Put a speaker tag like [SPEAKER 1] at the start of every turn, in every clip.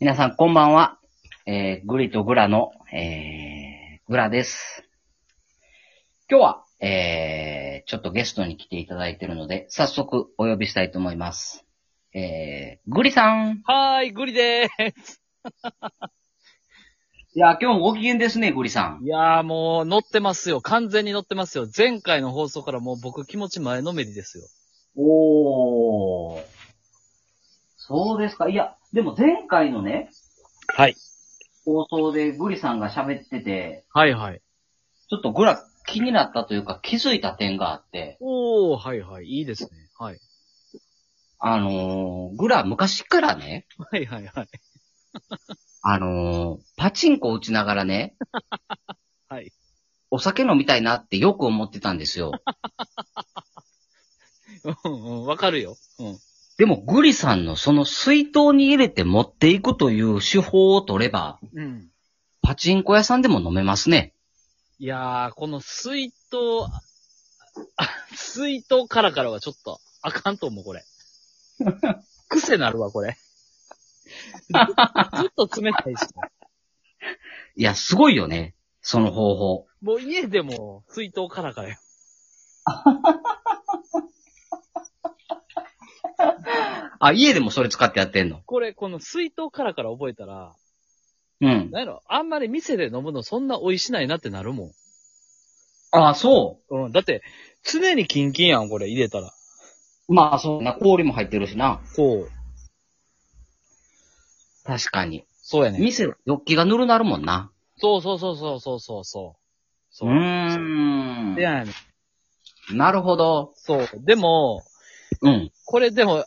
[SPEAKER 1] 皆さん、こんばんは。えー、グリとグラの、えー、グラです。今日は、えー、ちょっとゲストに来ていただいているので、早速お呼びしたいと思います。えー、グリさん。
[SPEAKER 2] はーい、グリでーす。
[SPEAKER 1] いや、今日もご機嫌ですね、グリさん。
[SPEAKER 2] いやーもう乗ってますよ。完全に乗ってますよ。前回の放送からもう僕気持ち前のめりですよ。
[SPEAKER 1] おー。そうですか。いや、でも前回のね、
[SPEAKER 2] はい。
[SPEAKER 1] 放送でグリさんが喋ってて、
[SPEAKER 2] はいはい。
[SPEAKER 1] ちょっとグラ気になったというか気づいた点があって、
[SPEAKER 2] おー、はいはい。いいですね。はい。
[SPEAKER 1] あのー、グラ昔からね、
[SPEAKER 2] はいはいはい。
[SPEAKER 1] あのー、パチンコ打ちながらね、
[SPEAKER 2] はい。
[SPEAKER 1] お酒飲みたいなってよく思ってたんですよ。
[SPEAKER 2] うんうん、わかるよ。うん。
[SPEAKER 1] でもグリさんのその水筒に入れて持っていくという手法を取れば、
[SPEAKER 2] うん。
[SPEAKER 1] パチンコ屋さんでも飲めますね。
[SPEAKER 2] いやー、この水筒、あ水筒からからはちょっとあかんと思う、これ。癖なるわ、これ。 ずっと冷たいし。
[SPEAKER 1] いや、すごいよね。その方法。
[SPEAKER 2] もう家でも水筒からからよ。
[SPEAKER 1] あ、家でもそれ使ってやってんの
[SPEAKER 2] これ、この水筒からから覚えたら、
[SPEAKER 1] うん。
[SPEAKER 2] なんやろ、あんまり店で飲むのそんな美味しないなってなるも
[SPEAKER 1] ああ、そ
[SPEAKER 2] ん。うん。だって、常にキンキンやん、これ入れたら。
[SPEAKER 1] う。まあ、そうな。氷も入ってるしな。
[SPEAKER 2] そう。
[SPEAKER 1] 確かに。
[SPEAKER 2] そうやね。
[SPEAKER 1] 店はジョッキがぬるなるもんな。
[SPEAKER 2] そうそうそうそうそうそうそう。
[SPEAKER 1] う
[SPEAKER 2] そう。
[SPEAKER 1] ーん
[SPEAKER 2] で。やねん
[SPEAKER 1] なるほど。
[SPEAKER 2] そう。でも、
[SPEAKER 1] うん。
[SPEAKER 2] これでも、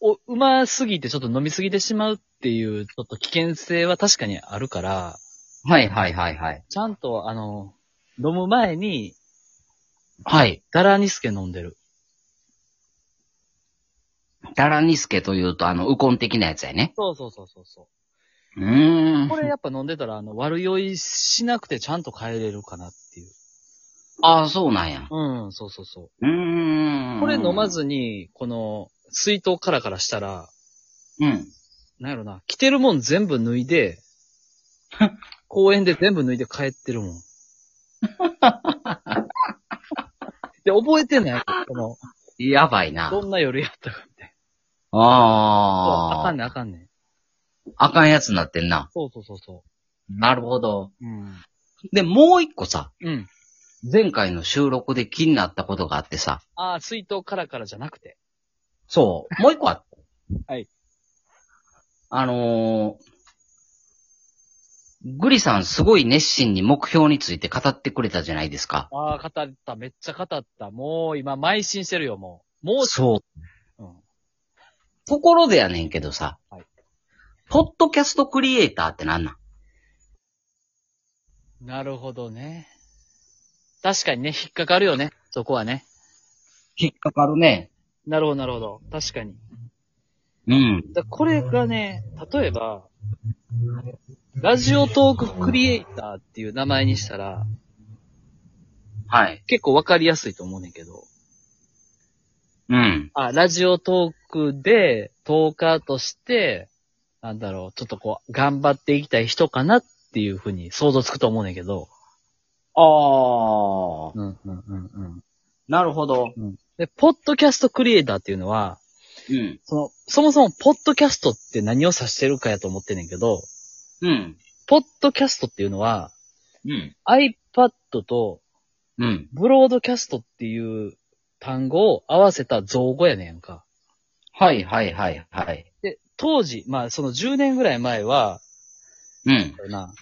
[SPEAKER 2] お、うますぎてちょっと飲みすぎてしまうっていう、ちょっと危険性は確かにあるから、
[SPEAKER 1] はいはいはいはい。
[SPEAKER 2] ちゃんと、あの、飲む前に、
[SPEAKER 1] はい。
[SPEAKER 2] ダラニスケ飲んでる。
[SPEAKER 1] ダラニスケというと、あの、ウコン的なやつやね。
[SPEAKER 2] そうそうそうそうそ
[SPEAKER 1] う
[SPEAKER 2] う。
[SPEAKER 1] ーん
[SPEAKER 2] こ。れやっぱ飲んでたら、あの、悪酔いしなくてちゃんと帰れるかなっていう。
[SPEAKER 1] ああ、そうなんや。
[SPEAKER 2] うん、そうそうそう
[SPEAKER 1] ー
[SPEAKER 2] う。
[SPEAKER 1] ん。
[SPEAKER 2] これ飲ま。ずに、この、水筒からからしたら、
[SPEAKER 1] うん。
[SPEAKER 2] なんやろな、着てるもん全部脱い で、公園で全部脱いで帰ってるもん。で、覚えてんねん。この、
[SPEAKER 1] やばいな。
[SPEAKER 2] どんな夜やったかって。あか
[SPEAKER 1] ああ。
[SPEAKER 2] んねん、あかんねん。
[SPEAKER 1] あかんやつになってんな。
[SPEAKER 2] そうそうそうそ
[SPEAKER 1] なるほど。
[SPEAKER 2] う。うん。
[SPEAKER 1] で、もう一個さ、
[SPEAKER 2] うん。
[SPEAKER 1] 前回の収録で気になったことがあってさ。
[SPEAKER 2] ああ、水筒からからじゃなくて。
[SPEAKER 1] そう。もう一個あった。
[SPEAKER 2] はい。
[SPEAKER 1] あのー、グリさんすごい熱心に目標について語ってくれたじゃないですか。
[SPEAKER 2] ああ、語った、めっちゃ語った。もう今、邁進してるよ、もう。もう
[SPEAKER 1] そう。
[SPEAKER 2] うん。
[SPEAKER 1] ところでやねんけどさ。
[SPEAKER 2] はい
[SPEAKER 1] ポッドキャストクリエイターってなんなん
[SPEAKER 2] なるほどね。確かにね、引っかかるよね。そこはね。
[SPEAKER 1] 引っかかるね。
[SPEAKER 2] なるほど、なるほど。確かに。
[SPEAKER 1] うん。
[SPEAKER 2] だこれがね、例えば、ラジオトーククリエイターっていう名前にしたら、
[SPEAKER 1] はい。
[SPEAKER 2] 結構わかりやすいと思うねんけど、
[SPEAKER 1] うん。
[SPEAKER 2] あ、ラジオトークで、トーカーとして、なんだろう、ちょっとこう、頑張っていきたい人かなっていうふうに想像つくと思うねんけど、
[SPEAKER 1] ああ。
[SPEAKER 2] うん、うん、うん、うん。
[SPEAKER 1] なるほど。
[SPEAKER 2] で、ポッドキャストクリエイターっていうのは、
[SPEAKER 1] うん。
[SPEAKER 2] その、そもそも、ポッドキャストって何を指してるかやと思ってんねんけど、
[SPEAKER 1] うん。
[SPEAKER 2] ポッドキャストっていうのは、
[SPEAKER 1] うん。
[SPEAKER 2] iPad と
[SPEAKER 1] うん。
[SPEAKER 2] ブロードキャストっていう単語を合わせた造語やねんか。
[SPEAKER 1] はいはいはいはい。
[SPEAKER 2] で、当時、まあ、その10年ぐらい前は、
[SPEAKER 1] うん。
[SPEAKER 2] な、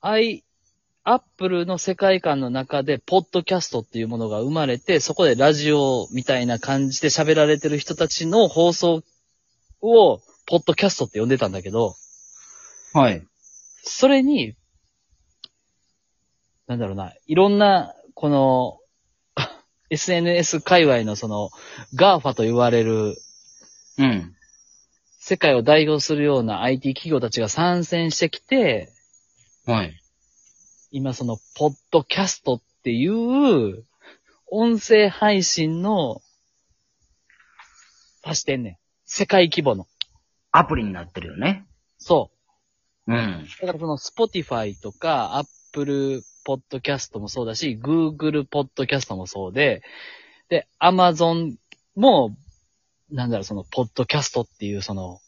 [SPEAKER 2] i、Apple の世界観の中で、ポッドキャストっていうものが生まれて、そこでラジオみたいな感じで喋られてる人たちの放送を、ポッドキャストって呼んでたんだけど、
[SPEAKER 1] はい。
[SPEAKER 2] それに、なんだろうな、いろんな、この、SNS 界隈のその、GAFA と言われる、
[SPEAKER 1] うん。
[SPEAKER 2] 世界を代表するような IT 企業たちが参戦してきて、
[SPEAKER 1] はい。
[SPEAKER 2] 今その、ポッドキャストっていう、音声配信の、足してんねん。世界規模の。
[SPEAKER 1] アプリになってるよね。
[SPEAKER 2] そ
[SPEAKER 1] うん。
[SPEAKER 2] う。だからその Spotify とか Apple Podcast もそうだし、Google Podcast もそうで、で、Amazon も、なんだろう、その、ポッドキャストっていう、その、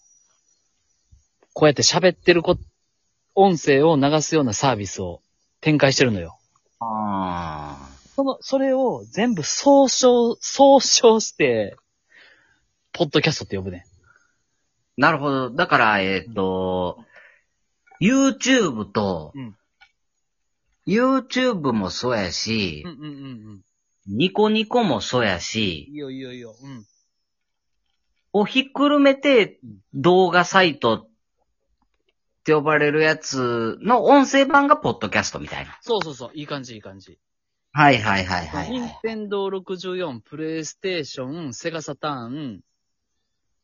[SPEAKER 2] こうやって喋ってるこ、音声を流すようなサービスを展開してるのよ。
[SPEAKER 1] あ
[SPEAKER 2] その、それを全部総称、総称して、ポッドキャストって呼ぶね。
[SPEAKER 1] ー。なるほど。だから、えっ、と、YouTube と、
[SPEAKER 2] うん
[SPEAKER 1] YouTube もそうやし、
[SPEAKER 2] うんうんうん。
[SPEAKER 1] ニコニコもそうやし、
[SPEAKER 2] いいよいいよいいよ。うん。
[SPEAKER 1] をひっくるめて動画サイトって呼ばれるやつの音声版がポッドキャストみたいな。
[SPEAKER 2] そうそうそう。いい感じいい感じ。
[SPEAKER 1] はいはいはいはい、は
[SPEAKER 2] 任
[SPEAKER 1] い。
[SPEAKER 2] 天堂64、プレイステーション、セガサターン、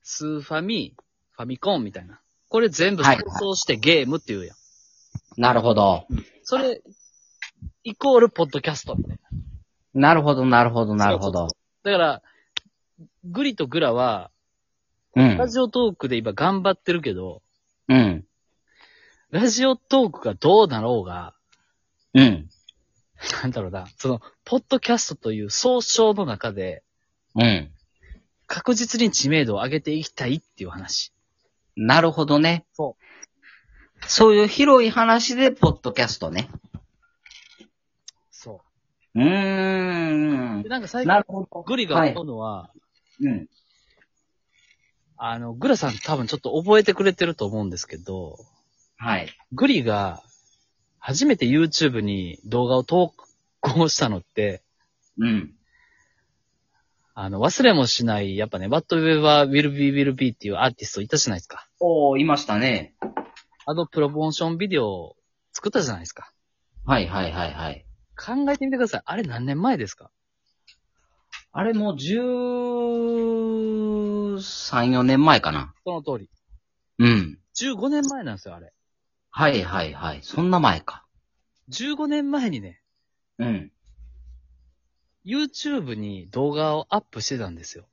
[SPEAKER 2] スーファミ、ファミコンみたいな。これ全部
[SPEAKER 1] はい
[SPEAKER 2] 総称してゲームっていうやん。
[SPEAKER 1] なるほど。
[SPEAKER 2] それ、イコールポッドキャストみたいな。
[SPEAKER 1] なるほど、なるほど、なるほど。
[SPEAKER 2] だから、グリとグラは、
[SPEAKER 1] うん
[SPEAKER 2] ラ。ジオトークで今頑張ってるけど、
[SPEAKER 1] うん。
[SPEAKER 2] ラジオトークがどうなろうが、
[SPEAKER 1] うん。
[SPEAKER 2] なんだろうな、その、ポッドキャストという総称の中で、
[SPEAKER 1] うん。
[SPEAKER 2] 確実に知名度を上げていきたいっていう話。
[SPEAKER 1] なるほどね。。
[SPEAKER 2] そう
[SPEAKER 1] そういう広い話で、ポッドキャストね。
[SPEAKER 2] そう
[SPEAKER 1] ー
[SPEAKER 2] う。
[SPEAKER 1] ん
[SPEAKER 2] で、。なんか最
[SPEAKER 1] なる、
[SPEAKER 2] 近
[SPEAKER 1] ほど。
[SPEAKER 2] グリが思うのは、
[SPEAKER 1] うん。
[SPEAKER 2] あの、グラさん多分ちょっと覚えてくれてると思うんですけど、
[SPEAKER 1] はい。
[SPEAKER 2] グリが、初めて YouTube に動画を投稿したのって、
[SPEAKER 1] うん。
[SPEAKER 2] あの、忘れもしない、やっぱね、What We Were Will Be Will Be っていうアーティストいたじゃないですか。
[SPEAKER 1] おー、いましたね。
[SPEAKER 2] あのプロモーションビデオを作ったじゃないですか。
[SPEAKER 1] はいはいはいはい。
[SPEAKER 2] 考えてみてください。あれ何年前ですか
[SPEAKER 1] あれもう13、4年前かな。
[SPEAKER 2] その通り。
[SPEAKER 1] うん。
[SPEAKER 2] 15年前なんですよ、あれ。
[SPEAKER 1] はいはいはい。そんな前か。
[SPEAKER 2] 15年前にね、
[SPEAKER 1] うん。
[SPEAKER 2] YouTube に動画をアップしてたんですよ。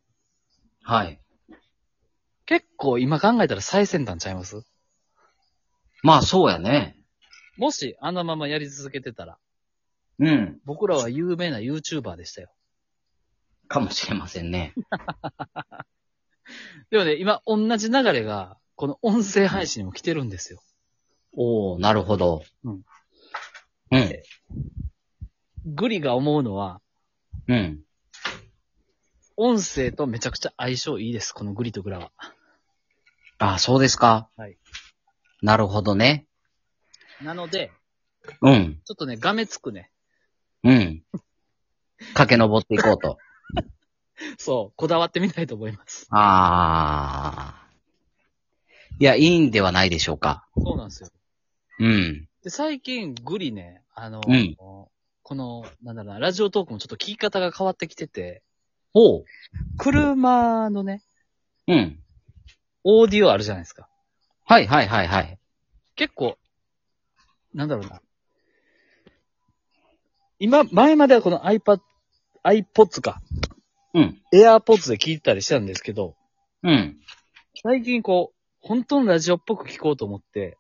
[SPEAKER 1] はい。
[SPEAKER 2] 結構今考えたら最先端ちゃいます
[SPEAKER 1] まあそうやね。
[SPEAKER 2] もし、あのままやり続けてたら。
[SPEAKER 1] うん。
[SPEAKER 2] 僕らは有名な YouTuber でしたよ。
[SPEAKER 1] かもしれませんね。
[SPEAKER 2] でもね、今、同じ流れが、この音声配信にも来てるんですよ。
[SPEAKER 1] おー、なるほど。
[SPEAKER 2] うん。
[SPEAKER 1] うん。
[SPEAKER 2] グリが思うのは、
[SPEAKER 1] うん。
[SPEAKER 2] 音声とめちゃくちゃ相性いいです、このグリとグラは。
[SPEAKER 1] あ、そうですか。
[SPEAKER 2] はい。
[SPEAKER 1] なるほどね。
[SPEAKER 2] なので、
[SPEAKER 1] うん。
[SPEAKER 2] ちょっとね、がめつくね、
[SPEAKER 1] うん。駆け上っていこうと。
[SPEAKER 2] そう、こだわってみたいと思います。
[SPEAKER 1] あー。いや、いいんではないでしょうか。
[SPEAKER 2] そうなんですよ。
[SPEAKER 1] うん。
[SPEAKER 2] で、最近、グリね、あの、
[SPEAKER 1] うん
[SPEAKER 2] この、なんだろうな、ラジオトークもちょっと聞き方が変わってきてて、
[SPEAKER 1] ほう。
[SPEAKER 2] 車のね、
[SPEAKER 1] うん。
[SPEAKER 2] オーディオあるじゃないですか。
[SPEAKER 1] はいはいはいはい。
[SPEAKER 2] 結構、なんだろうな。今、前まではこの iPad、iPods か、
[SPEAKER 1] うん。
[SPEAKER 2] AirPods で聞いたりしたんですけど、
[SPEAKER 1] うん。
[SPEAKER 2] 最近こう、本当のラジオっぽく聞こうと思って、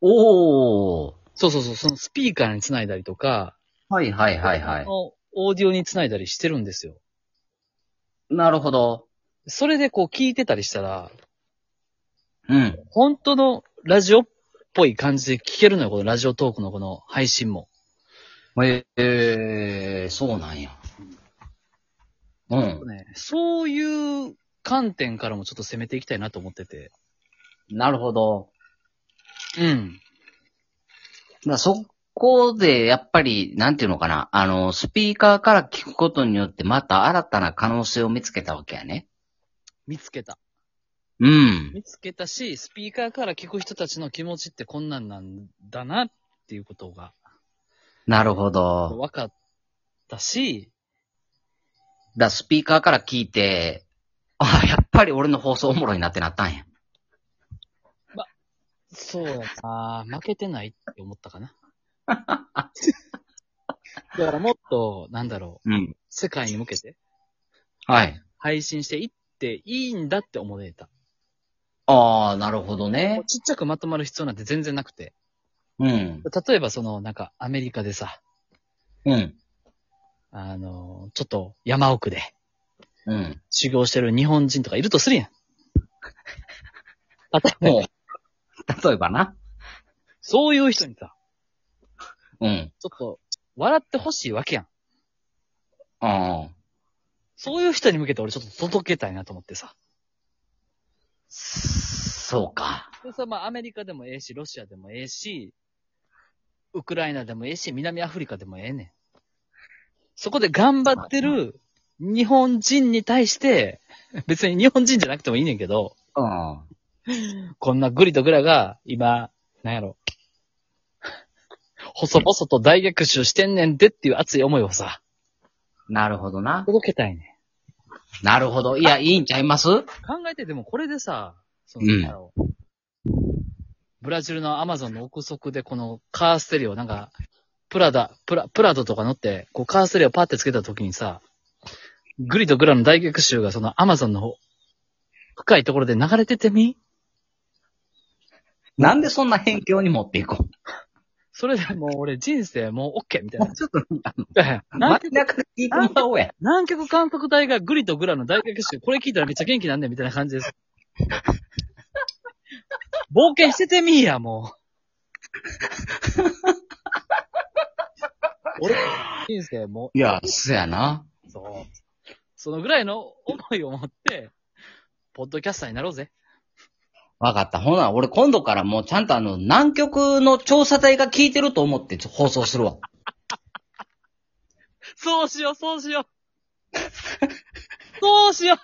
[SPEAKER 1] おー。
[SPEAKER 2] そうそうそう、そのスピーカーにつないだりとか、
[SPEAKER 1] はいはいはいは
[SPEAKER 2] あのオーディオにつないだりしてるんですよ。
[SPEAKER 1] い。なるほど。
[SPEAKER 2] それでこう聞いてたりしたら、
[SPEAKER 1] うん。
[SPEAKER 2] 本当のラジオっぽい感じで聞けるのよ、このラジオトークのこの配信も。
[SPEAKER 1] ええー、そうなんや。うん。
[SPEAKER 2] ね、そういう観点からもちょっと攻めていきたいなと思ってて。
[SPEAKER 1] なるほど。
[SPEAKER 2] うん。
[SPEAKER 1] だからそこで、やっぱり、なんていうのかな、あの、スピーカーから聞くことによって、また新たな可能性を見つけたわけやね。
[SPEAKER 2] 見つけた。
[SPEAKER 1] うん。
[SPEAKER 2] 見つけたし、スピーカーから聞く人たちの気持ちってこんなんなんだなっていうことが
[SPEAKER 1] なるほど。
[SPEAKER 2] 分かったし、
[SPEAKER 1] だからスピーカーから聞いて、あやっぱり俺の放送おもろいなってなったんや。
[SPEAKER 2] そうやな 負けてないって思ったか な。だからもっと、なんだろう、
[SPEAKER 1] うん。
[SPEAKER 2] 世界に向けて
[SPEAKER 1] はい。
[SPEAKER 2] 配信していっていいんだって思えた。
[SPEAKER 1] ああ、なるほどね
[SPEAKER 2] もう。ちっちゃくまとまる必要なんて全然なくて。
[SPEAKER 1] うん。
[SPEAKER 2] 例えばその、なんか、アメリカでさ、
[SPEAKER 1] うん。
[SPEAKER 2] あの、ちょっと山奥で
[SPEAKER 1] うん。
[SPEAKER 2] 修行してる日本人とかいるとするやん。あた
[SPEAKER 1] もう、例えばな。
[SPEAKER 2] そういう人にさ、
[SPEAKER 1] うん。
[SPEAKER 2] ちょっと、笑ってほしいわけやん。
[SPEAKER 1] ああ。
[SPEAKER 2] そういう人に向けて俺ちょっと届けたいなと思ってさ。
[SPEAKER 1] そうか。
[SPEAKER 2] でさ、まあ、アメリカでもええし、ロシアでもええし、ウクライナでもええし、南アフリカでもええねん。そこで頑張ってる日本人に対して、別に日本人じゃなくてもいいねんけど、
[SPEAKER 1] うん。
[SPEAKER 2] こんなグリとグラが今、なんやろ、 細々と大逆襲してんねんでっていう熱い思いをさ、
[SPEAKER 1] なるほどな。
[SPEAKER 2] 届けたいねん。
[SPEAKER 1] なるほど。いや、いいんちゃいますう
[SPEAKER 2] 考えてでもこれでさ、そ
[SPEAKER 1] うん
[SPEAKER 2] の、うブラジルのアマゾンの奥底でこのカーステレオ、なんか、プラダ、プラ、プラドとか乗って、こうカーステレオパーってつけた時にさ、グリとグラの大逆襲がそのアマゾンの方深いところで流れててみ
[SPEAKER 1] なんでそんな辺境に持っていこ
[SPEAKER 2] それでもう俺人生もうオッケーみた
[SPEAKER 1] う。
[SPEAKER 2] い な
[SPEAKER 1] ちょっと、あの、 真
[SPEAKER 2] 南極
[SPEAKER 1] ん中で聞いてもらおうや。
[SPEAKER 2] 南極観測隊がグリとグラの大逆襲、これ聞いたらめっちゃ元気なんねんみたいな感じです。冒険しててみいや、もう。俺、人生も
[SPEAKER 1] いや、そやな。
[SPEAKER 2] う、そう。そのぐらいの思いを持って、ポッドキャスターになろうぜ。
[SPEAKER 1] わかった。ほな、俺今度からもうちゃんとあの、南極の調査隊が聞いてると思って放送するわ。
[SPEAKER 2] そうしよう、そうしよう。そうしよう。